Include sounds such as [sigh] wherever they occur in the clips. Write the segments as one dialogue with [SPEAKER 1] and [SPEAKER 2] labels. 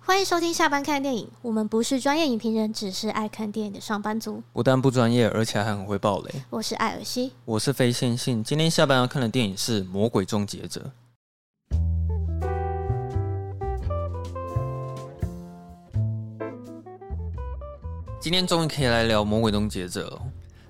[SPEAKER 1] 欢迎收听下班看电影，我们不是专业影评人，只是爱看电影的上班族。
[SPEAKER 2] 不但不专业，而且还很会爆雷。
[SPEAKER 1] 我是艾尔西，
[SPEAKER 2] 我是非线性，今天下班要看的电影是《魔鬼终结者》。今天终于可以来聊《魔鬼终结者》了。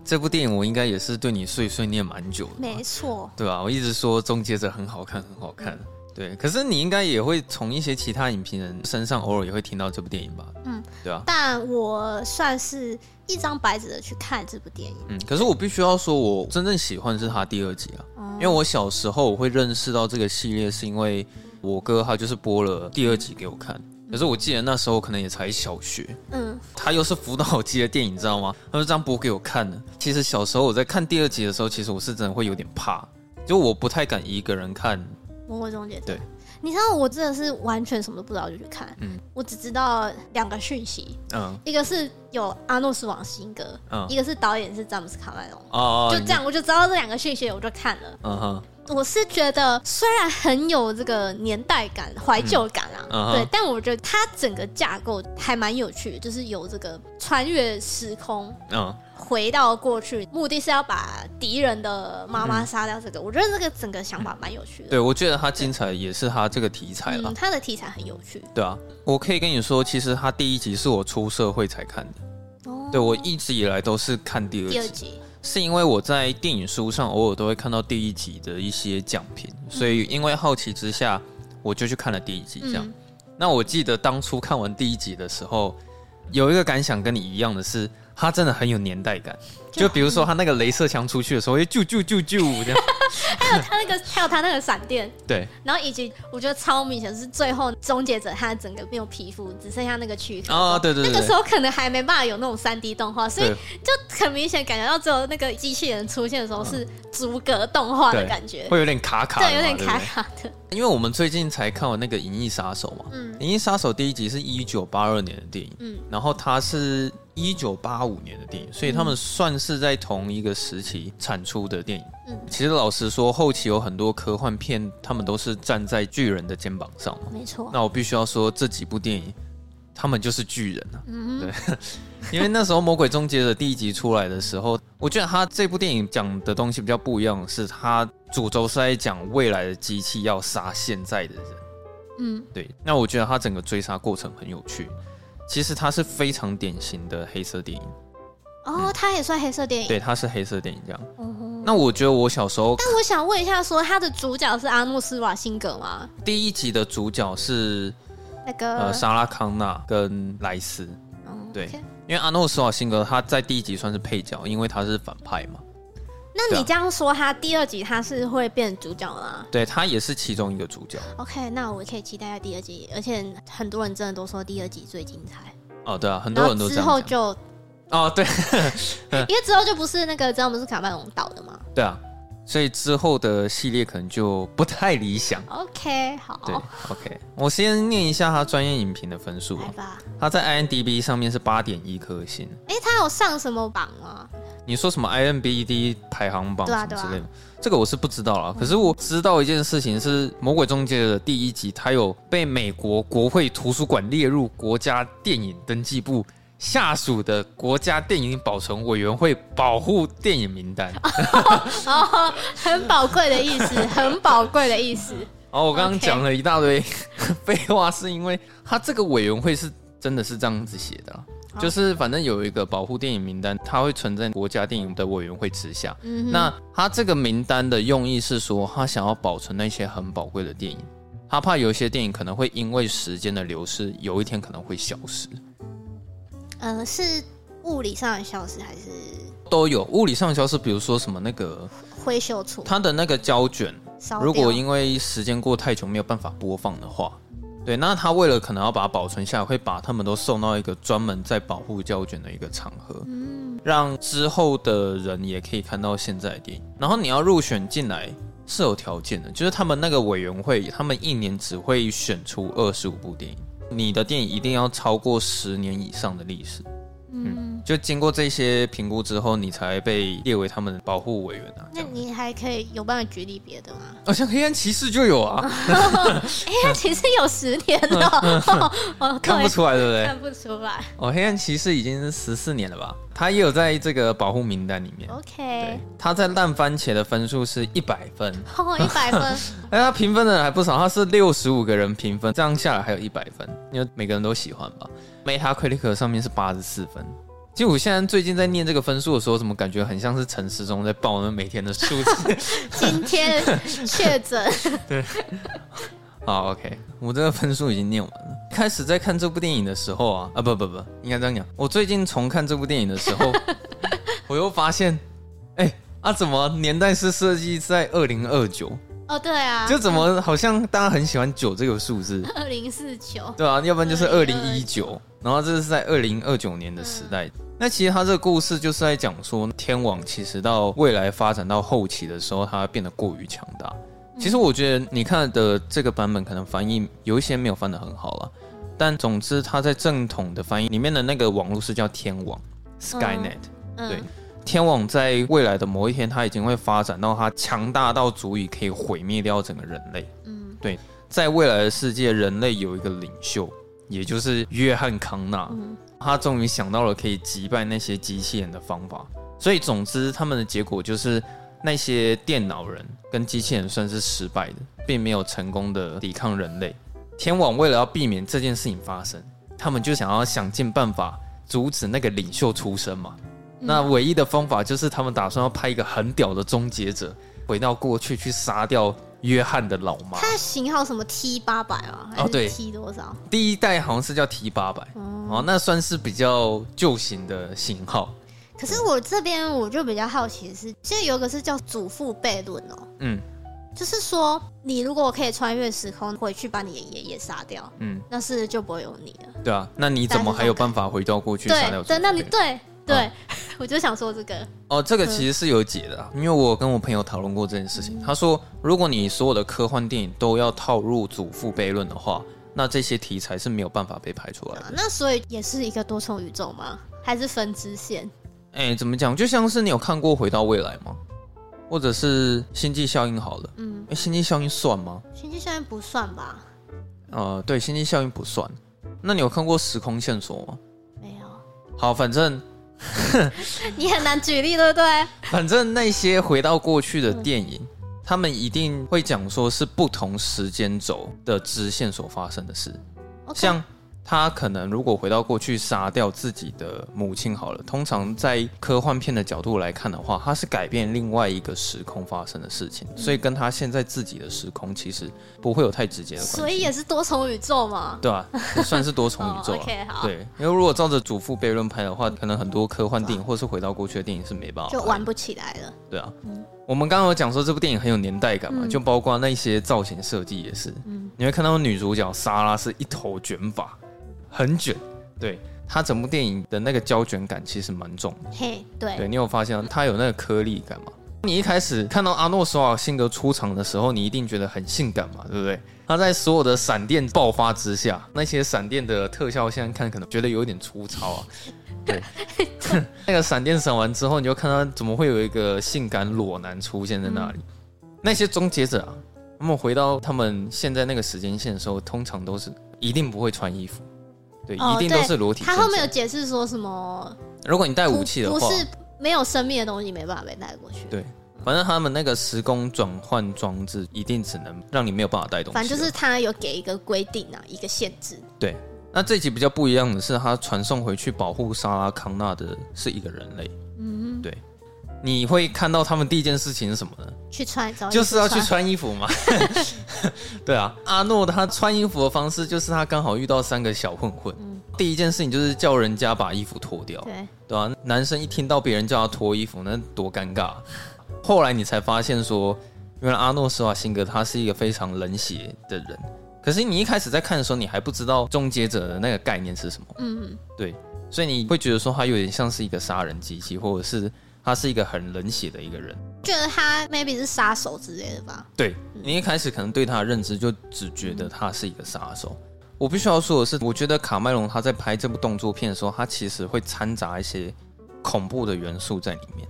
[SPEAKER 2] 这部电影我应该也是对你碎碎念蛮久的嘛，
[SPEAKER 1] 没错，
[SPEAKER 2] 对吧、我一直说《终结者》很好看，很好看。对，可是你应该也会从一些其他影评人身上偶尔也会听到这部电影吧？
[SPEAKER 1] 嗯，
[SPEAKER 2] 对啊，
[SPEAKER 1] 但我算是一张白纸的去看这部电影。
[SPEAKER 2] 嗯，可是我必须要说，我真正喜欢的是他第二集啊，
[SPEAKER 1] 哦
[SPEAKER 2] 因为我小时候我会认识到这个系列，是因为我哥他就是播了第二集给我看。可是我记得那时候可能也才小学，
[SPEAKER 1] 嗯，
[SPEAKER 2] 他又是辅导级的电影，你知道吗？ [laughs] 他就这样播给我看的。其实小时候我在看第二集的时候，其实我是真的会有点怕，就我不太敢一个人看。
[SPEAKER 1] 魔鬼终结者。
[SPEAKER 2] 对，
[SPEAKER 1] 你知道我真的是完全什么都不知道就去看，
[SPEAKER 2] 嗯
[SPEAKER 1] 我只知道两个讯息，
[SPEAKER 2] 嗯，
[SPEAKER 1] 一个是有阿诺斯·王辛格，
[SPEAKER 2] 嗯
[SPEAKER 1] 一个是导演是詹姆斯·卡麦隆。
[SPEAKER 2] 哦，
[SPEAKER 1] 就这样，我就知道这两个讯息，我就看了。
[SPEAKER 2] 你，嗯哼，
[SPEAKER 1] 我是觉得虽然很有这个年代感、怀旧感啊，
[SPEAKER 2] 嗯嗯哼
[SPEAKER 1] 对，但我觉得它整个架构还蛮有趣的，就是有这个穿越时空。
[SPEAKER 2] 嗯
[SPEAKER 1] 回到过去，目的是要把敌人的妈妈杀掉。这个，我觉得这个整个想法蛮有趣的。
[SPEAKER 2] 对，我觉得他精彩也是他这个题材啦
[SPEAKER 1] 嗯，。它的题材很有趣。
[SPEAKER 2] 对啊，我可以跟你说，其实他第一集是我出社会才看的。
[SPEAKER 1] 哦
[SPEAKER 2] 对我一直以来都是看第二
[SPEAKER 1] 第二
[SPEAKER 2] 集，
[SPEAKER 1] 集，
[SPEAKER 2] 是因为我在电影书上偶尔都会看到第一集的一些奖评，所以因为好奇之下，我就去看了第一集。这样，
[SPEAKER 1] 嗯
[SPEAKER 2] 那我记得当初看完第一集的时候，有一个感想跟你一样的是，它真的很有年代感。就比如说，它那个镭射枪出去的时候，会啾啾啾
[SPEAKER 1] [laughs]
[SPEAKER 2] 啾这样。
[SPEAKER 1] 还有它那个，还有它那个闪电，
[SPEAKER 2] 对，
[SPEAKER 1] 然后以及我觉得超明显是最后终结者他整个没有皮肤，只剩下那个躯壳。
[SPEAKER 2] 哦对对对
[SPEAKER 1] 那个时候可能还没办法有那种三 D 动画，所以
[SPEAKER 2] 对，
[SPEAKER 1] 就很明显感觉到只有那个机器人出现的时候是逐格动画的
[SPEAKER 2] 对
[SPEAKER 1] 感觉，
[SPEAKER 2] 会有点卡卡的嘛，
[SPEAKER 1] 对，有点
[SPEAKER 2] 不
[SPEAKER 1] 卡卡的。
[SPEAKER 2] 因为我们最近才看完那个《银翼杀手》嘛，
[SPEAKER 1] 嗯
[SPEAKER 2] 《银翼杀手》第一集是一九八二年的电影，
[SPEAKER 1] 嗯
[SPEAKER 2] 然后它是一九八五年的电影，所以他们算是在同一个时期产出的电影。
[SPEAKER 1] 嗯
[SPEAKER 2] 其实老实说，后期有很多科幻片，他们都是站在巨人的肩膀上嘛。
[SPEAKER 1] 没错，
[SPEAKER 2] 那我必须要说，这几部电影，他们就是巨人啊。
[SPEAKER 1] 嗯
[SPEAKER 2] 对，因为那时候《魔鬼终结者》第一集出来的时候，我觉得他这部电影讲的东西比较不一样，是他主轴是在讲未来的机器要杀现在的人。
[SPEAKER 1] 嗯，
[SPEAKER 2] 对，那我觉得他整个追杀过程很有趣。其实它是非常典型的黑色电影，
[SPEAKER 1] 哦，它也算黑色电影。
[SPEAKER 2] 嗯对，它是黑色电影这样。
[SPEAKER 1] 嗯哼
[SPEAKER 2] 那我觉得我小时候
[SPEAKER 1] 但我想问一下说它的主角是阿诺斯瓦辛格吗？
[SPEAKER 2] 第一集的主角是
[SPEAKER 1] 那个，
[SPEAKER 2] 呃莎拉康纳跟莱斯，
[SPEAKER 1] 嗯
[SPEAKER 2] 对啊
[SPEAKER 1] OK
[SPEAKER 2] 因为阿诺施瓦辛格他在第一集算是配角，因为他是反派嘛，
[SPEAKER 1] 那你这样说，他第二集他是会变主角吗
[SPEAKER 2] 对他也是其中一个主角。
[SPEAKER 1] ？OK，那我可以期待下第二集，而且很多人真的都说第二集最精彩。
[SPEAKER 2] 哦，对啊，很
[SPEAKER 1] 然
[SPEAKER 2] 多
[SPEAKER 1] 后
[SPEAKER 2] 人都这
[SPEAKER 1] 之
[SPEAKER 2] 样
[SPEAKER 1] 后
[SPEAKER 2] 讲。
[SPEAKER 1] 就，
[SPEAKER 2] 哦，对
[SPEAKER 1] 因为之后就不是那个詹姆斯卡麦隆导的嘛。
[SPEAKER 2] 对啊，所以之后的系列可能就不太理想。
[SPEAKER 1] OK，好，
[SPEAKER 2] 对，OK，我先念一下他专业影评的分数
[SPEAKER 1] 来
[SPEAKER 2] 啊，
[SPEAKER 1] 吧。
[SPEAKER 2] 他在 IMDB 上面是八点一颗星。
[SPEAKER 1] 哎、他有上什么榜吗？
[SPEAKER 2] 你说什么 IMBD E 排行榜
[SPEAKER 1] 对啊
[SPEAKER 2] 什
[SPEAKER 1] 对
[SPEAKER 2] 么
[SPEAKER 1] 啊嗯
[SPEAKER 2] 之类的，这个我是不知道啦。可是我知道一件事情是，《魔鬼终结者》的第一集，它有被美国国会图书馆列入国家电影登记部下属的国家电影保存委员会保护电影名单。
[SPEAKER 1] 哦，很宝贵的意思， [laughs] 很宝贵的意思。
[SPEAKER 2] 然后我刚
[SPEAKER 1] OK
[SPEAKER 2] 刚讲了一大堆 [laughs] 废话，是因为它这个委员会是真的是这样子写的啦
[SPEAKER 1] 好
[SPEAKER 2] 就是反正有一个保护电影名单，它会存在国家电影的委员会之下。
[SPEAKER 1] 嗯哼，
[SPEAKER 2] 那他这个名单的用意是说，他想要保存那些很宝贵的电影，他怕有一些电影可能会因为时间的流逝，有一天可能会消失。
[SPEAKER 1] 呃，是物理上的消失还是
[SPEAKER 2] 都有物理上消失，比如说什么那个
[SPEAKER 1] 灰锈处？
[SPEAKER 2] 它的那个胶卷，
[SPEAKER 1] 烧
[SPEAKER 2] 如
[SPEAKER 1] 掉
[SPEAKER 2] 果因为时间过太久没有办法播放的话，对，那他为了可能要把它保存下来，会把他们都送到一个专门在保护胶卷的一个场合，
[SPEAKER 1] 嗯
[SPEAKER 2] 让之后的人也可以看到现在的电影。然后你要入选进来是有条件的，就是他们那个委员会，他们一年只会选出二十五部电影，你的电影一定要超过十年以上的历史。
[SPEAKER 1] 嗯，
[SPEAKER 2] 就经过这些评估之后，你才被列为他们的保护委员啊。
[SPEAKER 1] 那
[SPEAKER 2] 这 [laughs] 样
[SPEAKER 1] 你还可以有办法举例别的吗？
[SPEAKER 2] 好像黑暗骑士就有
[SPEAKER 1] [laughs]
[SPEAKER 2] 啊，
[SPEAKER 1] 哎呀，其实有十年了，哦，各
[SPEAKER 2] 嗯看
[SPEAKER 1] 位
[SPEAKER 2] 不出来对不对？
[SPEAKER 1] 看不出来。
[SPEAKER 2] 哦，黑暗骑士已经是十四年了吧？他也有在这个保护名单里面。对
[SPEAKER 1] OK，，
[SPEAKER 2] 他在烂番茄的分数是一百分，
[SPEAKER 1] 哦，一百分，
[SPEAKER 2] [laughs] 哎，他评分的人还不少，他是六十五个人评分，这样下来还有一百分，因为每个人都喜欢吧。Metacritic 上面是八十四分。其实我现在最近在念这个分数的时候，怎么感觉很像是陈时中在报我们每天的数字？
[SPEAKER 1] 今天确诊，
[SPEAKER 2] 好，OK，我这个分数已经念完了。开始在看这部电影的时候啊，啊不不不，应该这样讲，我最近重看这部电影的时候，我又发现，哎、啊怎么年代是设计在二零二九？
[SPEAKER 1] 哦，对啊，
[SPEAKER 2] 就怎么好像大家很喜欢九这个数字，
[SPEAKER 1] 二零四九，
[SPEAKER 2] 对啊，要不然就是二零一
[SPEAKER 1] 2019
[SPEAKER 2] 九，然后这是在二零二九年的时代。那其实它这个故事就是在讲说，天网其实到未来发展到后期的时候，它变得过于强大。其实我觉得你看的这个版本可能翻译有一些没有翻得很好了，但总之它在正统的翻译里面的那个网络是叫天网 （Skynet）。对
[SPEAKER 1] 嗯，
[SPEAKER 2] 天网在未来的某一天，它已经会发展到它强大到足以可以毁灭掉整个人类。
[SPEAKER 1] 嗯，
[SPEAKER 2] 对，在未来的世界，人类有一个领袖，也就是约翰康纳，他终于想到了可以击败那些机器人的方法。所以，总之，他们的结果就是那些电脑人跟机器人算是失败的，并没有成功的抵抗人类。天网为了要避免这件事情发生，他们就想要想尽办法阻止那个领袖出生嘛。那唯一的方法就是他们打算要拍一个很屌的终结者，回到过去去杀掉约翰的老妈。
[SPEAKER 1] 它的型号什么 T 八百啊？还是
[SPEAKER 2] 哦对
[SPEAKER 1] ，T 多少？
[SPEAKER 2] 第一代好像是叫 T 八百，哦，那算是比较旧型的型号。
[SPEAKER 1] 可是我这边我就比较好奇的是，现在有一个是叫祖父悖论哦，
[SPEAKER 2] 嗯
[SPEAKER 1] 就是说你如果可以穿越时空回去把你的爷爷杀掉，
[SPEAKER 2] 嗯，
[SPEAKER 1] 那是就不会有你了。
[SPEAKER 2] 对啊，那你怎么还有办法回到过去杀掉
[SPEAKER 1] 对，
[SPEAKER 2] 这
[SPEAKER 1] 对，
[SPEAKER 2] 个
[SPEAKER 1] 那你
[SPEAKER 2] 人
[SPEAKER 1] 对对，
[SPEAKER 2] 啊
[SPEAKER 1] [laughs] 我就想说这个，
[SPEAKER 2] 哦，这个其实是有解的啊、
[SPEAKER 1] 嗯
[SPEAKER 2] 因为我跟我朋友讨论过这件事情。他说，如果你所有的科幻电影都要套入祖父悖论的话，那这些题材是没有办法被拍出来的。
[SPEAKER 1] 啊那所以也是一个多重宇宙吗？还是分支线？
[SPEAKER 2] 哎、怎么讲？就像是你有看过《回到未来》吗？或者是《星际效应》好了，
[SPEAKER 1] 嗯
[SPEAKER 2] 哎、星际效应》算吗？
[SPEAKER 1] 星际效应不算吧？
[SPEAKER 2] 呃，对，《星际效应》不算。那你有看过《时空线索》吗？
[SPEAKER 1] 没有，
[SPEAKER 2] 好，反正
[SPEAKER 1] 你很难举例，对不对？
[SPEAKER 2] 反正那些回到过去的电影，
[SPEAKER 1] 嗯
[SPEAKER 2] 他们一定会讲说是不同时间轴的支线所发生的事。
[SPEAKER 1] OK
[SPEAKER 2] 像他可能如果回到过去杀掉自己的母亲好了，通常在科幻片的角度来看的话，他是改变另外一个时空发生的事
[SPEAKER 1] 嗯
[SPEAKER 2] 情，所以跟他现在自己的时空其实不会有太直接的
[SPEAKER 1] 所
[SPEAKER 2] 关
[SPEAKER 1] 以
[SPEAKER 2] 系。
[SPEAKER 1] 也是多重宇宙嘛。
[SPEAKER 2] 对啊，也算是多重宇
[SPEAKER 1] [laughs]
[SPEAKER 2] 宙
[SPEAKER 1] 哦
[SPEAKER 2] 了、
[SPEAKER 1] ，OK，好
[SPEAKER 2] 对，因为如果照着祖父悖论拍的话，可能很多科幻电影或是回到过去的电影是没办
[SPEAKER 1] 啊
[SPEAKER 2] 法
[SPEAKER 1] 就
[SPEAKER 2] 拍的
[SPEAKER 1] 玩不起来了，
[SPEAKER 2] 对啊，我们刚刚有讲说这部电影很有年代感嘛，就包括那些造型设计也是。你会看到女主角莎拉是一头卷发，很卷，对她整部电影的那个胶卷感其实蛮重的。
[SPEAKER 1] 嘿，对，
[SPEAKER 2] 对你有发现吗她有那个颗粒感嘛？你一开始看到阿诺·施瓦辛格出场的时候，你一定觉得很性感嘛，对不对？他在所有的闪电爆发之下，那些闪电的特效现在看可能觉得有点粗糙啊。对， [laughs] 那个闪电闪完之后，你就看到怎么会有一个性感裸男出现在那里？
[SPEAKER 1] 嗯
[SPEAKER 2] 那些终结者啊，他们回到他们现在那个时间线的时候，通常都是一定不会穿衣服，对，
[SPEAKER 1] 哦
[SPEAKER 2] 一定都
[SPEAKER 1] 对
[SPEAKER 2] 是裸体
[SPEAKER 1] 他
[SPEAKER 2] 现
[SPEAKER 1] 后面有
[SPEAKER 2] 身。
[SPEAKER 1] 解释说什么
[SPEAKER 2] 如果你带
[SPEAKER 1] 不
[SPEAKER 2] 武器的话，
[SPEAKER 1] 不是没有生命的东西没办法被带过去，
[SPEAKER 2] 对，反正他们那个时空转换装置一定只能让你没有办法带东西了。啊
[SPEAKER 1] 反正就是他有给一个规定啊，一个限制。
[SPEAKER 2] 对。那这集比较不一样的是，他传送回去保护莎拉康纳的是一个人类。嗯，对。你会看到他们第一件事情是什么呢？
[SPEAKER 1] 去哦穿，找衣服
[SPEAKER 2] 就是要去。穿衣服嘛。 [laughs] 对啊，阿诺他穿衣服的方式就是他刚好遇到三个小混混，第一件事情就是叫人家把衣服脱掉。
[SPEAKER 1] 对，
[SPEAKER 2] 对啊，男生一听到别人叫他脱衣服，那多尴尬啊。后来你才发现说，原来阿诺·施瓦辛格他是一个非常冷血的人。可是你一开始在看的时候，你还不知道终结者的那个概念是什么，
[SPEAKER 1] 嗯，
[SPEAKER 2] 对，所以你会觉得说他有点像是一个杀人机器，或者是他是一个很冷血的一个人。
[SPEAKER 1] 觉得他 maybe 是杀手之类的吧。
[SPEAKER 2] 对你一开始可能对他的认知就只觉得他是一个杀手，我必须要说的是，我觉得卡麦隆他在拍这部动作片的时候，他其实会掺杂一些恐怖的元素在里面，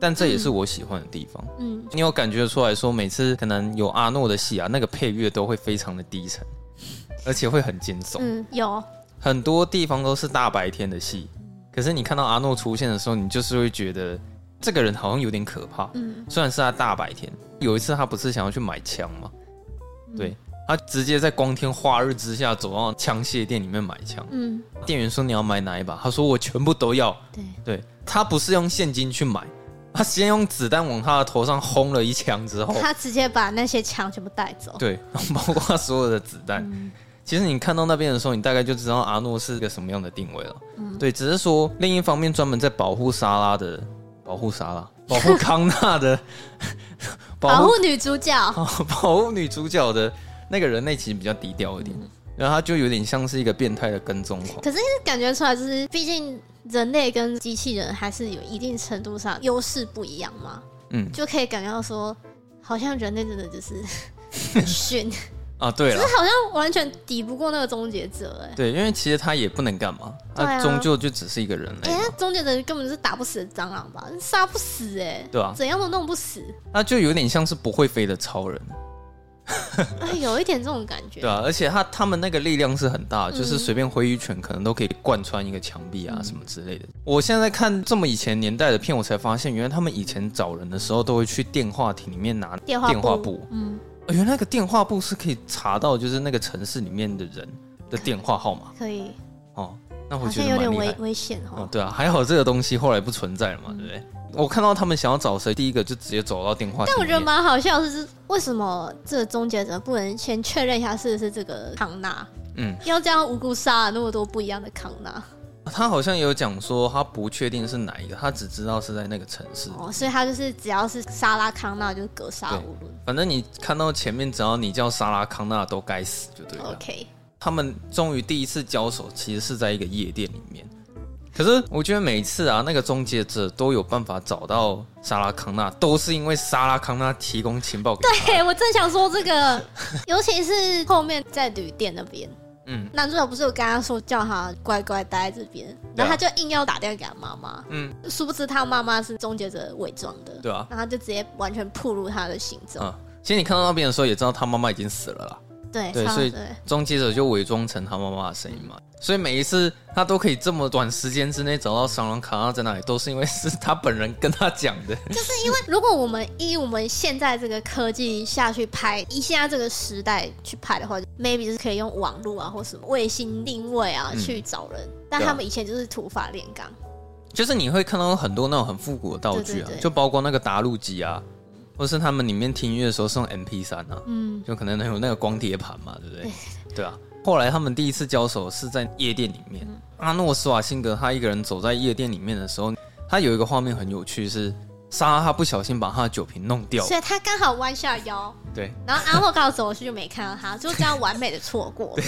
[SPEAKER 2] 但这也是我喜欢的地方。
[SPEAKER 1] 嗯，
[SPEAKER 2] 你有感觉出来说，每次可能有阿诺的戏啊，那个配乐都会非常的低沉，而且会很惊悚。
[SPEAKER 1] 嗯，有，
[SPEAKER 2] 很多地方都是大白天的戏，可是你看到阿诺出现的时候，你就是会觉得这个人好像有点可怕。
[SPEAKER 1] 嗯，
[SPEAKER 2] 虽然是他大白天，有一次他不是想要去买枪吗？
[SPEAKER 1] 嗯
[SPEAKER 2] 对，他直接在光天化日之下走到枪械店里面买枪，
[SPEAKER 1] 嗯，
[SPEAKER 2] 店员说你要买哪一把，他说我全部都要。
[SPEAKER 1] 对，
[SPEAKER 2] 对他不是用现金去买，他先用子弹往他的头上轰了一枪之后，
[SPEAKER 1] 他直接把那些枪全部带走。
[SPEAKER 2] 哦对， [laughs] 包括他所有的子弹。其实你看到那边的时候，你大概就知道阿诺是个什么样的定位了。对，只是说另一方面专门在保护莎拉的，保护莎拉，保护康纳的， [laughs]
[SPEAKER 1] 保护女主角，
[SPEAKER 2] 哦保护女主角的那个人类其实比较低调一点，然后他就有点像是一个变态的跟踪狂。
[SPEAKER 1] 可是感觉出来就是，毕竟人类跟机器人还是有一定程度上优势不一样嘛，
[SPEAKER 2] 嗯
[SPEAKER 1] 就可以感觉到说，好像人类真的就是 [laughs]
[SPEAKER 2] [laughs]
[SPEAKER 1] 逊，就
[SPEAKER 2] 啊，对了，
[SPEAKER 1] 是好像完全抵不过那个终结者哎、
[SPEAKER 2] 对，因为其实他也不能干嘛，
[SPEAKER 1] 对
[SPEAKER 2] 他
[SPEAKER 1] 啊
[SPEAKER 2] 终究就只是一个人类
[SPEAKER 1] 哎、
[SPEAKER 2] 嘛，
[SPEAKER 1] 那终结者根本是打不死的蟑螂吧？杀不死哎、
[SPEAKER 2] 对啊，
[SPEAKER 1] 怎样都弄不死。
[SPEAKER 2] 他就有点像是不会飞的超人。 [laughs]
[SPEAKER 1] 哎，有一点这种感觉。
[SPEAKER 2] 对啊，而且他他们那个力量是很大，就是
[SPEAKER 1] 嗯
[SPEAKER 2] 随便挥一拳，可能都可以贯穿一个墙壁啊什么之类的。我现在看这么以前年代的片，我才发现，原来他们以前找人的时候都会去电话亭里面拿
[SPEAKER 1] 电话簿
[SPEAKER 2] 簿，
[SPEAKER 1] 嗯，
[SPEAKER 2] 呃原来那个电话簿是可以查到，就是那个城市里面的人的电话号码
[SPEAKER 1] 可以，
[SPEAKER 2] 哦。那我
[SPEAKER 1] 好
[SPEAKER 2] 觉
[SPEAKER 1] 像
[SPEAKER 2] 得
[SPEAKER 1] 有点
[SPEAKER 2] 蛮厉害
[SPEAKER 1] 危
[SPEAKER 2] 的。
[SPEAKER 1] 危险
[SPEAKER 2] 哦
[SPEAKER 1] 哦，。
[SPEAKER 2] 对啊，还好这个东西后来不存在了嘛，对不对？我看到他们想要找谁，第一个就直接走到电话亭里面。
[SPEAKER 1] 但我觉得蛮好笑的是，为什么这个终结者不能先确认一下是不是这个康纳？
[SPEAKER 2] 嗯，
[SPEAKER 1] 要这样无辜杀了那么多不一样的康纳
[SPEAKER 2] 他好像有讲说他不确定是哪一个，他只知道是在那个城市
[SPEAKER 1] 哦，所以他就是只要是莎拉康纳就是格杀勿论。
[SPEAKER 2] 反正你看到前面，只要你叫莎拉康纳都该死就对了。啊
[SPEAKER 1] OK，
[SPEAKER 2] 他们终于第一次交手，其实是在一个夜店里面。可是我觉得每次啊，那个终结者都有办法找到莎拉康纳，都是因为莎拉康纳提供情报给
[SPEAKER 1] [laughs]
[SPEAKER 2] 他。
[SPEAKER 1] 对我正想说这个，尤其是后面在旅店那边，
[SPEAKER 2] 嗯
[SPEAKER 1] 男主角不是有跟他说叫他乖乖待在这边，然后他就硬要打电话给他妈妈，
[SPEAKER 2] 啊嗯，
[SPEAKER 1] 殊不知他妈妈是终结者伪装的，
[SPEAKER 2] 对啊，
[SPEAKER 1] 然后他就直接完全暴露他的行踪，
[SPEAKER 2] 啊，其实你看到那边的时候，也知道他妈妈已经死了啦。
[SPEAKER 1] 对，
[SPEAKER 2] 嗯对
[SPEAKER 1] 超
[SPEAKER 2] 所以
[SPEAKER 1] 对，
[SPEAKER 2] 终结者就伪装成他妈妈的声音嘛，所以每一次他都可以这么短时间之内找到莎拉康纳在哪里，都是因为是他本人跟他讲的。
[SPEAKER 1] 因为如果我们依我们现在这个科技下去拍，以现在这个时代去拍的话，maybe 是可以用网络啊或什么卫星定位啊、
[SPEAKER 2] 嗯
[SPEAKER 1] 去找人，但
[SPEAKER 2] 对啊
[SPEAKER 1] 他们以前就是土法炼钢，
[SPEAKER 2] 就是你会看到很多那种很复古的道具啊，
[SPEAKER 1] 对对对
[SPEAKER 2] 就包括那个打录机啊，或是他们里面听音乐的时候是用 MP 三啊，
[SPEAKER 1] 嗯，
[SPEAKER 2] 就可能有那个光碟盘嘛，对不对？对啊。后来他们第一次交手是在夜店里面，
[SPEAKER 1] 嗯
[SPEAKER 2] 阿诺斯瓦辛格他一个人走在夜店里面的时候，他有一个画面很有趣是。莎拉他不小心把他的酒瓶弄掉，
[SPEAKER 1] 所以他刚好弯下腰，
[SPEAKER 2] 对
[SPEAKER 1] 然后阿莫刚好走过去就没看到他，就这样完美的错过了。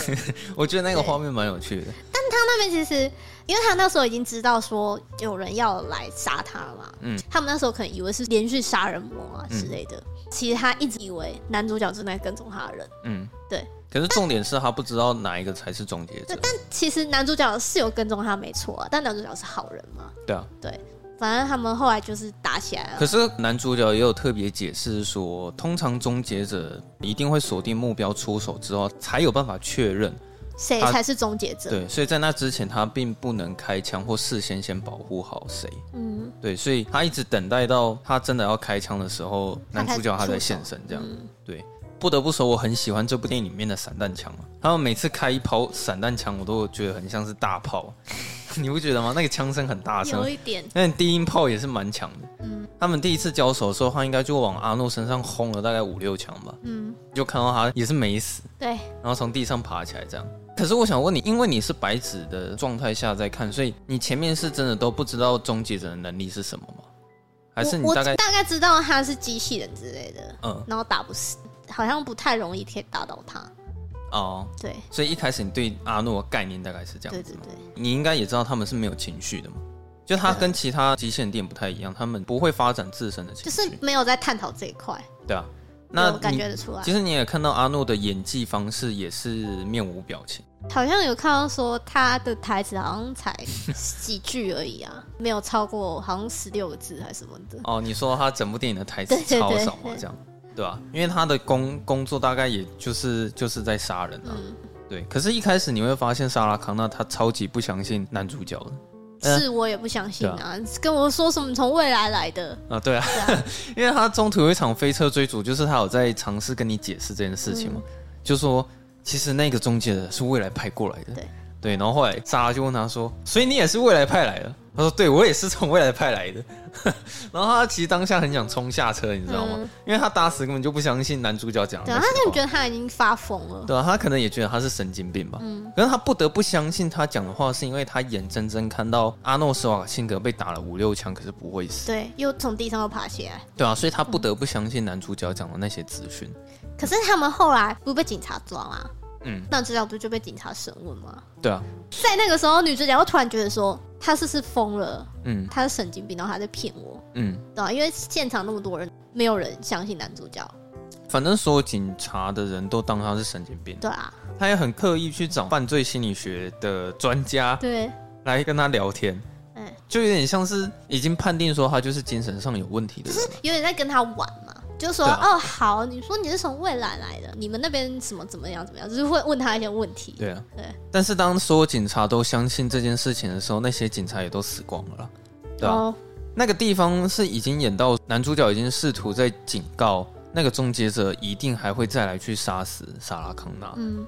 [SPEAKER 2] 我觉得那个
[SPEAKER 1] 对
[SPEAKER 2] 画面蛮有趣的。
[SPEAKER 1] 他那边其实，因为他那时候已经知道说有人要来杀他了嘛，
[SPEAKER 2] 嗯
[SPEAKER 1] 他们那时候可能以为是连续杀人魔啊之类的，其实他一直以为男主角正在跟踪他的人，
[SPEAKER 2] 嗯，
[SPEAKER 1] 对。
[SPEAKER 2] 可是重点是他不知道哪一个才是终结者，
[SPEAKER 1] 其实男主角是有跟踪他没错、啊，但男主角是好人嘛，
[SPEAKER 2] 对啊。
[SPEAKER 1] 对，反正他们后来就是打起来
[SPEAKER 2] 可
[SPEAKER 1] 了，
[SPEAKER 2] 是男主角也有特别解释说，通常终结者一定会锁定目标出手之后才有办法确认，
[SPEAKER 1] 谁才是终结者？
[SPEAKER 2] 对，所以在那之前他并不能开枪或事先先保护好谁，
[SPEAKER 1] 嗯，
[SPEAKER 2] 对，所以他一直等待到他真的要开枪的时候，
[SPEAKER 1] 他
[SPEAKER 2] 男
[SPEAKER 1] 才
[SPEAKER 2] 主角他
[SPEAKER 1] 出
[SPEAKER 2] 才
[SPEAKER 1] 手
[SPEAKER 2] 现身，这样，
[SPEAKER 1] 嗯
[SPEAKER 2] 对。不得不说，我很喜欢这部电影里面的散弹枪啊。他们每次开一抛散弹枪，我都觉得很像是大炮， [laughs] 你不觉得吗？那个枪声很大声
[SPEAKER 1] 有，一点，
[SPEAKER 2] 那你低音炮也是蛮强的。
[SPEAKER 1] 嗯
[SPEAKER 2] 他们第一次交手的时候，他应该就往阿诺身上轰了大概五六枪吧，
[SPEAKER 1] 嗯，
[SPEAKER 2] 就看到他也是没死，
[SPEAKER 1] 对，
[SPEAKER 2] 然后从地上爬起来这样。可是我想问你，因为你是白纸的状态下在看，所以你前面是真的都不知道终结者的能力是什么吗？还是你
[SPEAKER 1] 我
[SPEAKER 2] 大概
[SPEAKER 1] 我大概知道他是机器人之类的，
[SPEAKER 2] 嗯
[SPEAKER 1] 然后打不死，好像不太容易可以打倒他，
[SPEAKER 2] 哦？
[SPEAKER 1] 对，
[SPEAKER 2] 所以一开始你对阿诺的概念大概是这
[SPEAKER 1] 对
[SPEAKER 2] 样子
[SPEAKER 1] 对
[SPEAKER 2] 吗？
[SPEAKER 1] 对。
[SPEAKER 2] 你应该也知道他们是没有情绪的嘛，就他跟其他极限店不太一样，他们不会发展自身的情
[SPEAKER 1] 就
[SPEAKER 2] 绪，
[SPEAKER 1] 是没有在探讨这一块。
[SPEAKER 2] 对啊。那
[SPEAKER 1] 有感
[SPEAKER 2] 你
[SPEAKER 1] 觉得出来
[SPEAKER 2] 其。实你也看到阿诺的演技方式也是面无表情，
[SPEAKER 1] 好像有看到说他的台词好像才几句而已
[SPEAKER 2] [laughs]
[SPEAKER 1] 啊，没有超过好像十六个字还是什么的。
[SPEAKER 2] 哦，你说他整部电影的台词
[SPEAKER 1] 对对
[SPEAKER 2] 超
[SPEAKER 1] 对
[SPEAKER 2] 少嘛，这样对吧、因为他的工工作大概也就是就是在杀人啊，
[SPEAKER 1] 嗯，
[SPEAKER 2] 对。可是，一开始你会发现莎拉康纳她超级不相信男主角的嗯
[SPEAKER 1] 是我也不相信啊，跟我说什么从未来来的，
[SPEAKER 2] 啊，对啊，
[SPEAKER 1] 对啊
[SPEAKER 2] 因为他中途有一场飞车追逐，就是他有在尝试跟你解释这件事情嘛，
[SPEAKER 1] 嗯
[SPEAKER 2] 就说其实那个中介的是未来派过来的，
[SPEAKER 1] 对
[SPEAKER 2] 对。然后后来莎拉就问他说：“所以你也是未来派来的？”他说：“对，我也是从未来派来的。” [laughs] 然后他其实当下很想冲下车，你知道吗？
[SPEAKER 1] 嗯
[SPEAKER 2] 因为他打死根本就不相信男主角讲的
[SPEAKER 1] 对
[SPEAKER 2] 那
[SPEAKER 1] 啊，
[SPEAKER 2] 些
[SPEAKER 1] 他可能
[SPEAKER 2] 话
[SPEAKER 1] 觉。得他已经发疯了。
[SPEAKER 2] 对啊，他可能也觉得他是神经病吧。嗯，可是他不得不相信他讲的话，是因为他眼睁睁看到阿诺·施瓦辛格被打了五六枪，可是不会死。
[SPEAKER 1] 对，又从地上又爬起来。
[SPEAKER 2] 对啊，所以他不得不相信男主角讲的那些资讯。
[SPEAKER 1] 可是他们后来不被警察抓啊，
[SPEAKER 2] 嗯，
[SPEAKER 1] 那主角不就被警察审问吗？
[SPEAKER 2] 对啊，
[SPEAKER 1] 在那个时候，女主角又突然觉得说，她是不是疯了？
[SPEAKER 2] 嗯
[SPEAKER 1] 她是神经病，然后她在骗我，
[SPEAKER 2] 嗯，
[SPEAKER 1] 对吧、因为现场那么多人，没有人相信男主角，
[SPEAKER 2] 反正所有警察的人都当他是神经病，
[SPEAKER 1] 对啊，
[SPEAKER 2] 他也很刻意去找犯罪心理学的专家
[SPEAKER 1] 对，
[SPEAKER 2] 来跟他聊天，
[SPEAKER 1] 嗯，
[SPEAKER 2] 就有点像是已经判定说他就是精神上有问题的
[SPEAKER 1] [laughs]
[SPEAKER 2] 人了。
[SPEAKER 1] 有点在跟他玩嘛，就说、
[SPEAKER 2] 对啊
[SPEAKER 1] 哦好，你说你是从未来来的，你们那边什么怎么样怎么样，就是会问他一些问题，
[SPEAKER 2] 对啊，
[SPEAKER 1] 对
[SPEAKER 2] 但是当所有警察都相信这件事情的时候，那些警察也都死光了啦，对啊。
[SPEAKER 1] 哦，
[SPEAKER 2] 那个地方是已经演到男主角已经试图在警告那个终结者一定还会再来去杀死莎拉康纳。
[SPEAKER 1] 嗯，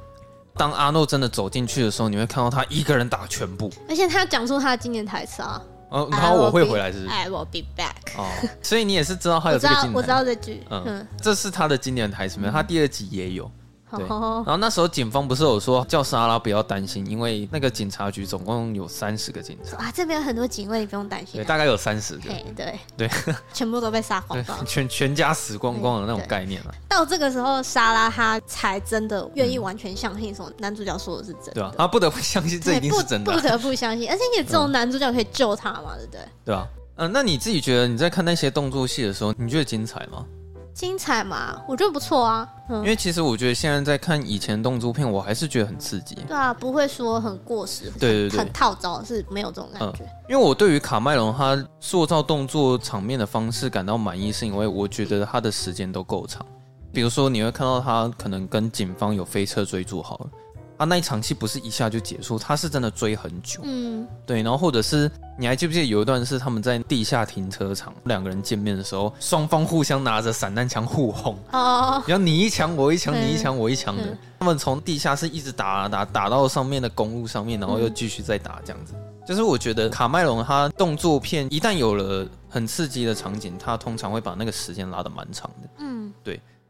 [SPEAKER 2] 当阿诺真的走进去的时候，你会看到他一个人打全部。
[SPEAKER 1] 而且他讲出他的经典台词啊，
[SPEAKER 2] 哦，然后我会回来是不是？
[SPEAKER 1] I will be back，
[SPEAKER 2] 哦，所以你也是知道他
[SPEAKER 1] 哎 [laughs] 我
[SPEAKER 2] 有
[SPEAKER 1] 知
[SPEAKER 2] 这个
[SPEAKER 1] 道
[SPEAKER 2] 经
[SPEAKER 1] 我
[SPEAKER 2] 典
[SPEAKER 1] 知
[SPEAKER 2] 台，
[SPEAKER 1] 道这句，
[SPEAKER 2] 嗯
[SPEAKER 1] 嗯，
[SPEAKER 2] 这是他的经典台词没有？他第二集也有。对
[SPEAKER 1] 好
[SPEAKER 2] 然，后那时候警方不是有说叫莎拉不要担心，因为那个警察局总共有三十个警察，
[SPEAKER 1] 啊这边有很多警卫，你不用担心
[SPEAKER 2] 对，
[SPEAKER 1] 啊、
[SPEAKER 2] 大概有三十个，
[SPEAKER 1] 嘿，对
[SPEAKER 2] 对，
[SPEAKER 1] 全部都被杀光光。
[SPEAKER 2] 全全家死光光的那种
[SPEAKER 1] 对
[SPEAKER 2] 概念啊。
[SPEAKER 1] 到这个时候，莎拉她才真的愿意完全相信说男主角说的是真的，
[SPEAKER 2] 对吧、他不得不相信这一定是真的啊、嗯
[SPEAKER 1] 不不得不相信，而且也只有男主角可以救她嘛，对不对？
[SPEAKER 2] 对吧、嗯、那你自己觉得你在看那些动作戏的时候，你觉得精彩吗？
[SPEAKER 1] 精彩嘛，我觉得不错啊，
[SPEAKER 2] 因
[SPEAKER 1] 嗯，
[SPEAKER 2] 为其实我觉得现在在看以前动作片，我还是觉得很刺激。
[SPEAKER 1] 对啊，不会说很过时，
[SPEAKER 2] 对对嗯对
[SPEAKER 1] 很套招是没有这种感觉，
[SPEAKER 2] 因为我对于卡麦隆他塑造动作场面的方式感到满意，是因为我觉得他的时间都够长。比如说，你会看到他可能跟警方有飞车追逐，好了，他那一场戏不是一下就结束，他是真的追很久。
[SPEAKER 1] 嗯，
[SPEAKER 2] 对，然后或者是你还记不记得有一段是他们在地下停车场两个人见面的时候，双方互相拿着散弹枪互轰，
[SPEAKER 1] 哦，
[SPEAKER 2] 然后你一枪我一枪，
[SPEAKER 1] 嗯
[SPEAKER 2] 你一枪我一枪的
[SPEAKER 1] 嗯，
[SPEAKER 2] 他们从地下室一直打啊打打到上面的公路上面，然后又继续再打这样子。就是我觉得卡麦隆他动作片一旦有了很刺激的场景，他通常会把那个时间拉得蛮长的。
[SPEAKER 1] 嗯，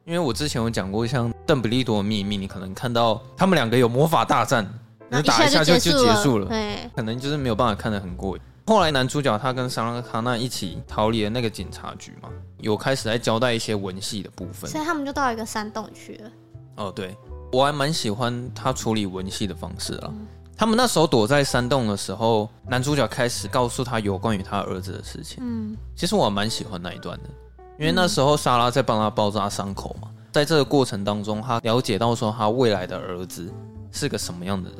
[SPEAKER 2] 因为我之前有讲过，像《邓布利多的秘密》，你可能看到他们两个有魔法大战，
[SPEAKER 1] 那
[SPEAKER 2] 你打一下就
[SPEAKER 1] 结哎
[SPEAKER 2] 就结束了，
[SPEAKER 1] 对，
[SPEAKER 2] 可能就是没有办法看得很过瘾。后来男主角他跟莎拉康纳一起逃离了那个警察局嘛，有开始在交代一些文戏的部分。
[SPEAKER 1] 所以他们就到一个山洞去了，
[SPEAKER 2] 哦，对，我还蛮喜欢他处理文戏的方式啊。他们那时候躲在山洞的时候，男主角开始告诉他有关于他儿子的事情。
[SPEAKER 1] 嗯，
[SPEAKER 2] 其实我还蛮喜欢那一段的，因为那时候莎拉在帮他包扎伤口嘛，在这个过程当中，他了解到说他未来的儿子是个什么样的人。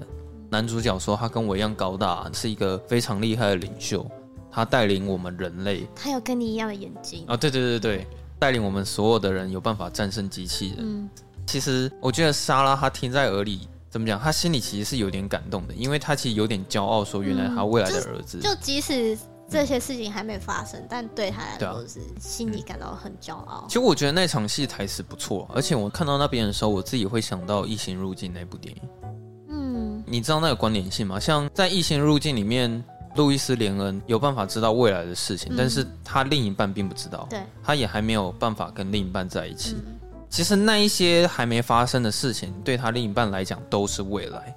[SPEAKER 2] 男主角说他跟我一样高大，是一个非常厉害的领袖，他带领我们人类
[SPEAKER 1] 他有跟你一样的眼睛，
[SPEAKER 2] 啊、对对对对，带领我们所有的人有办法战胜机器人。
[SPEAKER 1] 嗯，
[SPEAKER 2] 其实我觉得莎拉她听在耳里，怎么讲？她心里其实是有点感动的，因为她其实有点骄傲，说原来她未来的儿子，
[SPEAKER 1] 就即使这些事情还没发生，但对他来
[SPEAKER 2] 嗯对啊
[SPEAKER 1] 说是心里感到很骄傲
[SPEAKER 2] 其。实我觉得那场戏台词不错，而且我看到那边的时候，我自己会想到《异形入境》那部电影。
[SPEAKER 1] 嗯，
[SPEAKER 2] 你知道那个关联性吗？像在《异形入境》里面，路易斯·连恩有办法知道未来的事情，
[SPEAKER 1] 嗯
[SPEAKER 2] 但是他另一半并不知道，
[SPEAKER 1] 对，
[SPEAKER 2] 他也还没有办法跟另一半在一起。
[SPEAKER 1] 嗯
[SPEAKER 2] 其实那一些还没发生的事情，对他另一半来讲都是未来，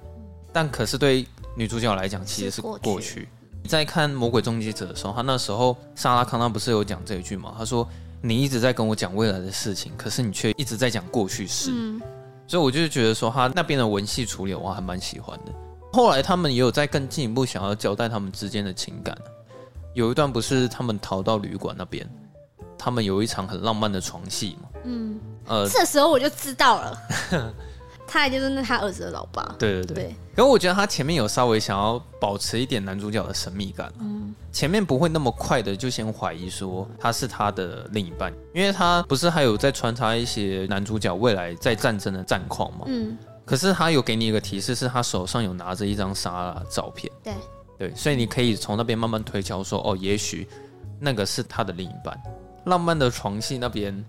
[SPEAKER 2] 但可是对女主角来讲其实是
[SPEAKER 1] 是过
[SPEAKER 2] 过
[SPEAKER 1] 去
[SPEAKER 2] 去。你在看《魔鬼终结者》的时候，他那时候莎拉康纳不是有讲这一句吗？他说：“你一直在跟我讲未来的事情，可是你却一直在讲过去式。
[SPEAKER 1] 嗯，
[SPEAKER 2] 所以我就觉得说，他那边的文戏处理我还蛮喜欢的。后来他们也有在更进一步想要交代他们之间的情感。有一段不是他们逃到旅馆那边，他们有一场很浪漫的床戏嘛。
[SPEAKER 1] 嗯，
[SPEAKER 2] 呃，
[SPEAKER 1] 这时候我就知道
[SPEAKER 2] [laughs]
[SPEAKER 1] 了，他也就是那他儿子的老爸。
[SPEAKER 2] 对对对
[SPEAKER 1] 对。
[SPEAKER 2] 然后我觉得他前面有稍微想要保持一点男主角的神秘感、啊前面不会那么快的就先怀疑说他是他的另一半，因为他不是还有在穿插一些男主角未来在战争的战况嘛。
[SPEAKER 1] 嗯，
[SPEAKER 2] 可是他有给你一个提示，是他手上有拿着一张莎拉的照片，
[SPEAKER 1] 对，
[SPEAKER 2] 对，所以你可以从那边慢慢推敲说，哦，也许那个是他的另一半。浪漫的床戏那边，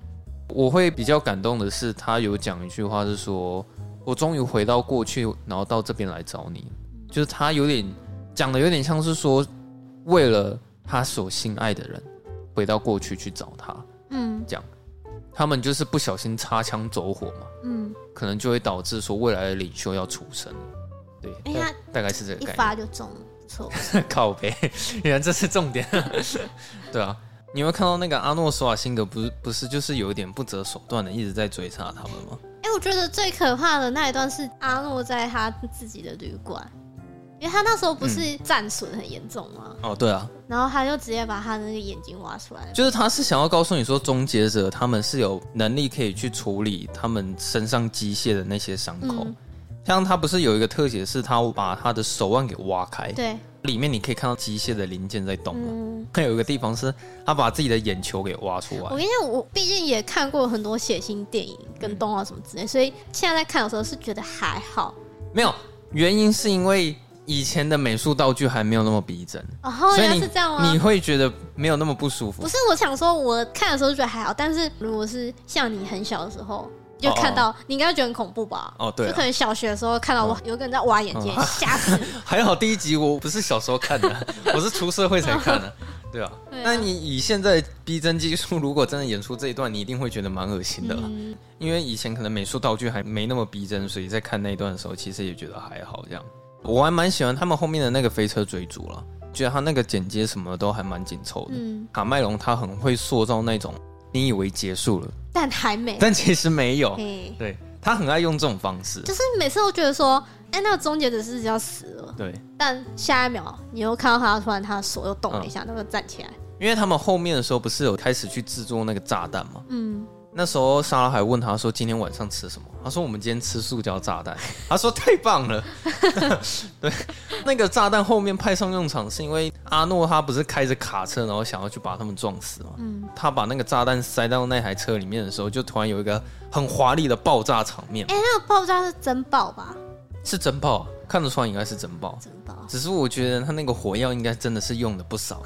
[SPEAKER 2] 我会比较感动的是，他有讲一句话是说，我终于回到过去，然后到这边来找你，就是他有点讲的有点像是说，为了他所心爱的人，回到过去去找他，
[SPEAKER 1] 嗯
[SPEAKER 2] 他们就是不小心擦枪走火嘛，
[SPEAKER 1] 嗯，
[SPEAKER 2] 可能就会导致说未来的领袖要出生。对，
[SPEAKER 1] 哎
[SPEAKER 2] 大
[SPEAKER 1] 他
[SPEAKER 2] 大概是这个
[SPEAKER 1] 一
[SPEAKER 2] 概念。
[SPEAKER 1] 发就中了，不错。 [laughs]
[SPEAKER 2] [laughs] 靠背，原来这是重点。 [laughs] 对啊，你有没有看到那个阿诺·索瓦辛格不是不是就是有一点不择手段的一直在追杀他们吗？
[SPEAKER 1] 哎、我觉得最可怕的那一段是阿诺在他自己的旅馆，因为他那时候不
[SPEAKER 2] 嗯
[SPEAKER 1] 是战损很严重吗？
[SPEAKER 2] 哦，对啊，
[SPEAKER 1] 然后他就直接把他的那个眼睛挖出来。
[SPEAKER 2] 就是他是想要告诉你说，终结者他们是有能力可以去处理他们身上机械的那些伤口。
[SPEAKER 1] 嗯
[SPEAKER 2] 像他不是有一个特写，是他把他的手腕给挖开，
[SPEAKER 1] 对，
[SPEAKER 2] 里面你可以看到机械的零件在动嘛。
[SPEAKER 1] 嗯，
[SPEAKER 2] 还有一个地方是他把自己的眼球给挖出
[SPEAKER 1] 我
[SPEAKER 2] 来，
[SPEAKER 1] 跟你讲，我毕竟也看过很多血腥电影跟动画什么之类，所以现在在看的时候是觉得还好。
[SPEAKER 2] 没有原因是因为以前的美术道具还没有那么逼真。
[SPEAKER 1] 哦，
[SPEAKER 2] 所以
[SPEAKER 1] 原来
[SPEAKER 2] 你
[SPEAKER 1] 是这样
[SPEAKER 2] 你
[SPEAKER 1] 吗？
[SPEAKER 2] 会觉得没有那么不舒服
[SPEAKER 1] 不。是，我想说，我看的时候就觉得还好，但是如果是像你很小的时候就看到，你应该会觉得很恐怖吧？
[SPEAKER 2] 哦对啊嗯
[SPEAKER 1] 就可能小学的时候看到我有个人在挖眼睛，吓
[SPEAKER 2] [laughs]
[SPEAKER 1] 死。
[SPEAKER 2] 还好第一集我不是小时候
[SPEAKER 1] [laughs]
[SPEAKER 2] 看的，我是出社会才看的，对啊。
[SPEAKER 1] 对啊
[SPEAKER 2] 那你以现在逼真技术，如果真的演出这一段，你一定会觉得蛮恶心的啦，
[SPEAKER 1] 嗯
[SPEAKER 2] 因为以前可能美术道具还没那么逼真，所以在看那一段的时候，其实也觉得还好这样。我还蛮喜欢他们后面的那个飞车追逐了，觉得他那个剪接什么的都还蛮紧凑的。
[SPEAKER 1] 嗯，
[SPEAKER 2] 卡麦隆他很会塑造那种你以为结束了，
[SPEAKER 1] 但还没。
[SPEAKER 2] 但其实没有，
[SPEAKER 1] 嘿，
[SPEAKER 2] 对他很爱用这种方式。
[SPEAKER 1] 就是每次都觉得说，哎、那个终结者是不是要死了，
[SPEAKER 2] 对，
[SPEAKER 1] 但下一秒你又看到他突然他的手又动了一下，他又站起来。
[SPEAKER 2] 因为他们后面的时候不是有开始去制作那个炸弹嘛？
[SPEAKER 1] 嗯，
[SPEAKER 2] 那时候莎拉还问他说今天晚上吃什么？他说我们今天吃塑胶炸弹。他说太
[SPEAKER 1] [laughs]
[SPEAKER 2] 棒了。对，那个炸弹后面派上用场是因为阿诺他不是开着卡车，然后想要去把他们撞死嘛？
[SPEAKER 1] 嗯
[SPEAKER 2] 他把那个炸弹塞到那台车里面的时候，就突然有一个很华丽的爆炸场面，
[SPEAKER 1] 哎、那个爆炸是真爆吧？
[SPEAKER 2] 是真爆啊，看得出来应该是真爆。
[SPEAKER 1] 真爆。
[SPEAKER 2] 只是我觉得他那个火药应该真的是用的不少，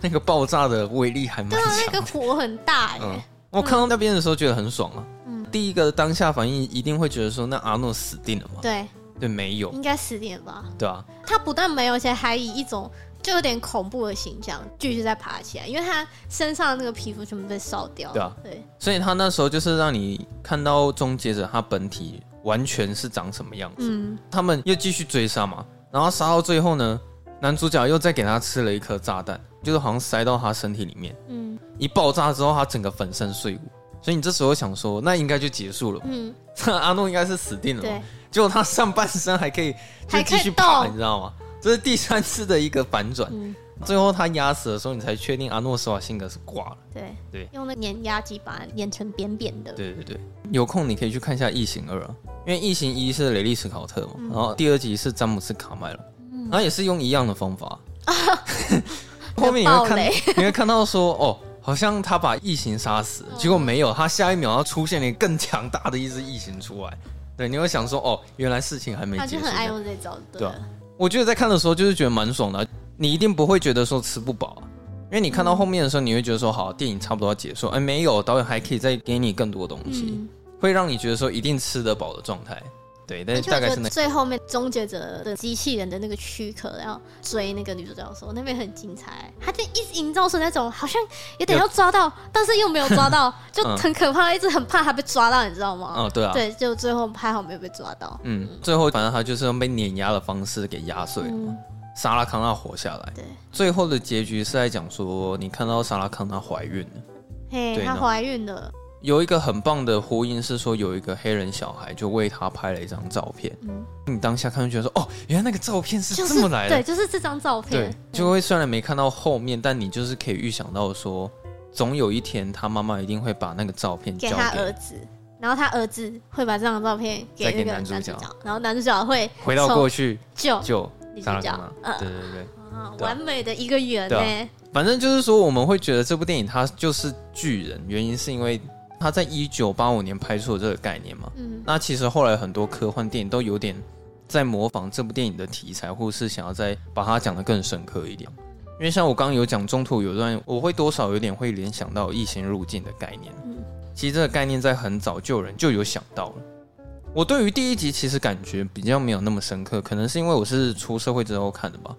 [SPEAKER 2] 那个爆炸的威力还蛮
[SPEAKER 1] 对
[SPEAKER 2] 强
[SPEAKER 1] 啊，
[SPEAKER 2] 的。
[SPEAKER 1] 那个火很大耶、欸
[SPEAKER 2] 嗯，我看到那边的时候觉得很爽啊。
[SPEAKER 1] 嗯
[SPEAKER 2] 第一个当下反应一定会觉得说，那阿诺死定了嘛？
[SPEAKER 1] 对，
[SPEAKER 2] 对，没有，
[SPEAKER 1] 应该十点吧。
[SPEAKER 2] 对啊，
[SPEAKER 1] 他不但没有，而且还以一种就有点恐怖的形象继续在爬起来，因为他身上的那个皮肤全部被烧掉。
[SPEAKER 2] 对啊，
[SPEAKER 1] 对，
[SPEAKER 2] 所以他那时候就是让你看到终结者他本体完全是长什么样子。
[SPEAKER 1] 嗯，
[SPEAKER 2] 他们又继续追杀嘛，然后杀到最后呢，男主角又再给他吃了一颗炸弹，就是好像塞到他身体里面。
[SPEAKER 1] 嗯，
[SPEAKER 2] 一爆炸之后，他整个粉身碎骨。所以你这时候想说，那应该就结束了吧，
[SPEAKER 1] 嗯，
[SPEAKER 2] 那 [laughs] 阿诺应该是死定了嘛。
[SPEAKER 1] 对，
[SPEAKER 2] 结果他上半身还可
[SPEAKER 1] [laughs]
[SPEAKER 2] 以就
[SPEAKER 1] 还可
[SPEAKER 2] 继
[SPEAKER 1] 以
[SPEAKER 2] 续爬，
[SPEAKER 1] 动
[SPEAKER 2] 你知道吗？这是第三次的一个反转。
[SPEAKER 1] 嗯，
[SPEAKER 2] 最后他压死的时候，你才确定阿啊诺·施瓦辛格是挂了。
[SPEAKER 1] 对，
[SPEAKER 2] 对
[SPEAKER 1] 用那个碾压机把它碾成扁扁的。
[SPEAKER 2] 对对对，有空你可以去看一下《异形二》啊，因为《异形一》是雷利·史考特嘛，
[SPEAKER 1] 嗯
[SPEAKER 2] 然后第二集是詹姆斯·卡麦隆，然后也是用一样的
[SPEAKER 1] [laughs]
[SPEAKER 2] 方法。后面你会
[SPEAKER 1] 暴
[SPEAKER 2] 看
[SPEAKER 1] 雷，
[SPEAKER 2] 你会看到说，哦，好像他把异形杀死，
[SPEAKER 1] 嗯
[SPEAKER 2] 结果没有，他下一秒要出现了一个更强大的一只异形出来。对，你会想说，哦，原来事情还没
[SPEAKER 1] 他
[SPEAKER 2] 结
[SPEAKER 1] 就
[SPEAKER 2] 束
[SPEAKER 1] 很爱
[SPEAKER 2] 呢。
[SPEAKER 1] 用这招，对
[SPEAKER 2] 对啊我觉得在看的时候就是觉得蛮爽的啊、你一定不会觉得说吃不饱啊、因为你看到后面的时候，你会觉得说好，电影差不多要结束，哎，没有，导演还可以再给你更多东西，
[SPEAKER 1] 嗯，
[SPEAKER 2] 会让你觉得说一定吃得饱的状态。对，但
[SPEAKER 1] 而
[SPEAKER 2] 是
[SPEAKER 1] 且
[SPEAKER 2] 大
[SPEAKER 1] 我
[SPEAKER 2] 概
[SPEAKER 1] 觉
[SPEAKER 2] 是那
[SPEAKER 1] 得最后面终结者的机器人的那个躯壳要追那个女主角的时候，那边很精彩，他就一直营造出那种好像有点
[SPEAKER 2] 有
[SPEAKER 1] 要抓
[SPEAKER 2] [laughs]
[SPEAKER 1] 到，但是又没有抓到，就
[SPEAKER 2] 嗯
[SPEAKER 1] 很可怕，一直很怕他被抓到，你知道吗？
[SPEAKER 2] 嗯，对啊，
[SPEAKER 1] 对，就最后还好没有被抓到。
[SPEAKER 2] 嗯，最后反正他就是用被碾压的方式给压碎了嘛。
[SPEAKER 1] 嗯，
[SPEAKER 2] 莎拉康纳活下来，
[SPEAKER 1] 对，
[SPEAKER 2] 最后的结局是在讲说，你看到莎拉康纳怀孕了，
[SPEAKER 1] 嘿，
[SPEAKER 2] 对
[SPEAKER 1] 她
[SPEAKER 2] 那
[SPEAKER 1] 怀孕了，
[SPEAKER 2] 有一个很棒的呼应是说，有一个黑人小孩就为他拍了一张照片，
[SPEAKER 1] 嗯，
[SPEAKER 2] 你当下看就觉得说，哦，原来那个照片是
[SPEAKER 1] 就是
[SPEAKER 2] 这么来的
[SPEAKER 1] 对，，就是这张照
[SPEAKER 2] 对
[SPEAKER 1] 片，，
[SPEAKER 2] 就会虽然没看到后面，但你就是可以预想到说，总有一天他妈妈一定会把那个照片
[SPEAKER 1] 给
[SPEAKER 2] 交
[SPEAKER 1] 他呃
[SPEAKER 2] 给
[SPEAKER 1] 儿子，然后他儿子会把这张照片给
[SPEAKER 2] 再给
[SPEAKER 1] 那个
[SPEAKER 2] 男主角
[SPEAKER 1] 然后男主角会
[SPEAKER 2] 回到过去
[SPEAKER 1] 救
[SPEAKER 2] 就
[SPEAKER 1] 女主
[SPEAKER 2] 萨拉
[SPEAKER 1] 角
[SPEAKER 2] 戈纳，
[SPEAKER 1] 嗯
[SPEAKER 2] 对对对。
[SPEAKER 1] 啊
[SPEAKER 2] 对啊
[SPEAKER 1] 完美的一个圆欸
[SPEAKER 2] 对啊
[SPEAKER 1] 呢。
[SPEAKER 2] 反正就是说，我们会觉得这部电影它就是巨人，原因是因为它在一九八五年拍出了这个概念嘛。
[SPEAKER 1] 嗯
[SPEAKER 2] 那其实后来很多科幻电影都有点在模仿这部电影的题材，或是想要再把它讲得更深刻一点。因为像我刚刚有讲，中途有段我会多少有点会联想到异形入境的概念。
[SPEAKER 1] 嗯
[SPEAKER 2] 其实这个概念在很早就有人就有想到了。我对于第一集其实感觉比较没有那么深刻，可能是因为我是出社会之后看的吧。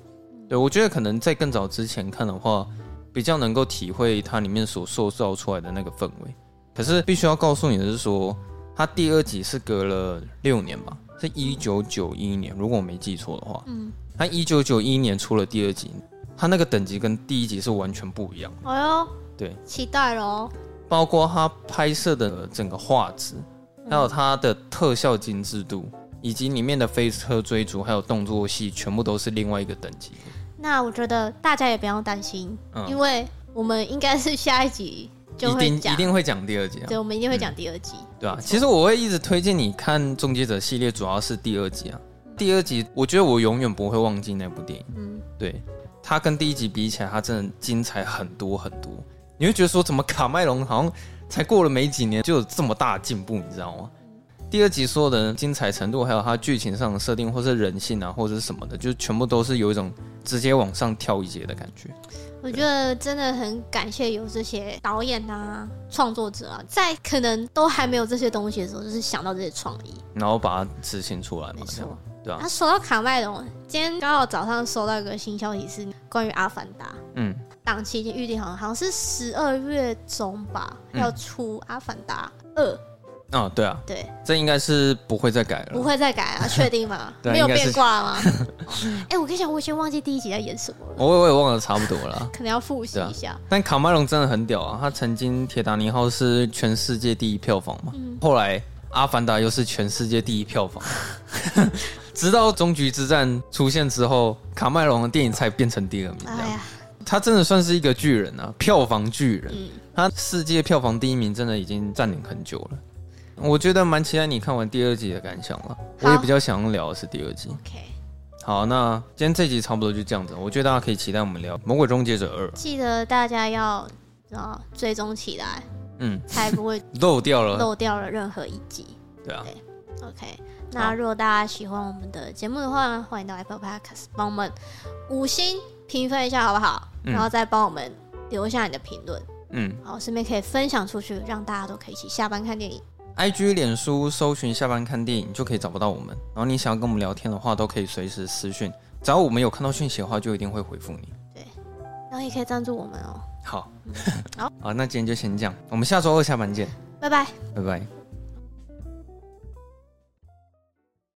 [SPEAKER 2] 对，我觉得可能在更早之前看的话，比较能够体会它里面所塑造出来的那个氛围。可是必须要告诉你的是说，它第二集是隔了六年吧，是一九九一年，如果我没记错的话，
[SPEAKER 1] 嗯，
[SPEAKER 2] 它一九九一年出了第二集，它那个等级跟第一集是完全不一样的，
[SPEAKER 1] 哎呦，
[SPEAKER 2] 对，
[SPEAKER 1] 期待喽。
[SPEAKER 2] 包括它拍摄的整个画质，
[SPEAKER 1] 嗯
[SPEAKER 2] 还有它的特效精致度，以及里面的飞车追逐，还有动作戏，全部都是另外一个等级的。
[SPEAKER 1] 那我觉得大家也不用担心，
[SPEAKER 2] 嗯
[SPEAKER 1] 因为我们应该是下一集就
[SPEAKER 2] 一
[SPEAKER 1] 会
[SPEAKER 2] 定
[SPEAKER 1] 讲，
[SPEAKER 2] 一定会讲第二集啊，
[SPEAKER 1] 对，我们一定会讲第二集。
[SPEAKER 2] 对啊，其实我会一直推荐你看《终结者》系列，主要是第二集啊。第二集，我觉得我永远不会忘记那部电影。
[SPEAKER 1] 嗯，
[SPEAKER 2] 对，它跟第一集比起来，它真的精彩很多很多。你会觉得说，怎么卡麦隆好像才过了没几年就有这么大的进步，你知道吗？第二集所有的精彩程度，还有它剧情上的设定，或是人性啊，或者是什么的，就全部都是有一种直接往上跳一阶的感觉。
[SPEAKER 1] 我觉得真的很感谢有这些导演啊、创作者啊，在可能都还没有这些东西的时候，就是想到这些创意。
[SPEAKER 2] 然后把它执行出来嘛，
[SPEAKER 1] 没
[SPEAKER 2] 这
[SPEAKER 1] 错
[SPEAKER 2] 样。对啊
[SPEAKER 1] 那、，说到卡麦隆，今天刚好早上收到一个新消息，是关于《阿凡达》
[SPEAKER 2] 嗯，
[SPEAKER 1] 档期已经预定好了，好像是十二月中吧，
[SPEAKER 2] 嗯
[SPEAKER 1] 要出《阿凡达二》，
[SPEAKER 2] 啊，对啊，
[SPEAKER 1] 对，
[SPEAKER 2] 这应该是不会再改了。
[SPEAKER 1] 不会再改啊，确定吗？
[SPEAKER 2] 嗯 [laughs] 对啊
[SPEAKER 1] 没有
[SPEAKER 2] 应该是
[SPEAKER 1] 变卦
[SPEAKER 2] [laughs]
[SPEAKER 1] 吗？哎、我跟你讲，我已经忘记第一集在演什么了，
[SPEAKER 2] 我我也忘了差不多了啊。
[SPEAKER 1] 可能要复习一下。
[SPEAKER 2] 但卡麦隆真的很屌啊！他曾经《铁达尼号》是全世界第一票房嘛，
[SPEAKER 1] 嗯
[SPEAKER 2] 后来《阿凡达》又是全世界第一票房， [laughs] 直到《终局之战》出现之后，卡麦隆的电影才变成第二名。这
[SPEAKER 1] 哎
[SPEAKER 2] 样，
[SPEAKER 1] 呀，
[SPEAKER 2] 他真的算是一个巨人啊，票房巨人。
[SPEAKER 1] 嗯
[SPEAKER 2] 他世界票房第一名真的已经占领很久了。我觉得蛮期待你看完第二集的感想了，我也比较想聊的是第二集。
[SPEAKER 1] ，OK，
[SPEAKER 2] 好，那今天这集差不多就这样子，我觉得大家可以期待我们聊《魔鬼终结者二》。
[SPEAKER 1] 记得大家要啊追踪起来，
[SPEAKER 2] 嗯，
[SPEAKER 1] 才不会
[SPEAKER 2] 漏掉了，
[SPEAKER 1] 漏掉了任何一集。
[SPEAKER 2] 对啊， [laughs]
[SPEAKER 1] OK，
[SPEAKER 2] 好
[SPEAKER 1] 那如果大家喜欢我们的节目的话，欢迎到 Apple Podcast 帮我们五星评分一下，好不好？
[SPEAKER 2] 嗯
[SPEAKER 1] 然后再帮我们留下你的评论，
[SPEAKER 2] 嗯
[SPEAKER 1] 然后顺便可以分享出去，让大家都可以一起下班看电影。
[SPEAKER 2] ，IG、脸书搜寻下班看电影就可以找不到我们，然后你想要跟我们聊天的话，都可以随时私讯，只要我们有看到讯息的话，就一定会回复你。
[SPEAKER 1] 然后也可以赞助我们哦，
[SPEAKER 2] 好， [laughs]
[SPEAKER 1] 好，
[SPEAKER 2] 好，那今天就先这样，我们下周二下班见，
[SPEAKER 1] 拜拜。
[SPEAKER 2] 拜拜。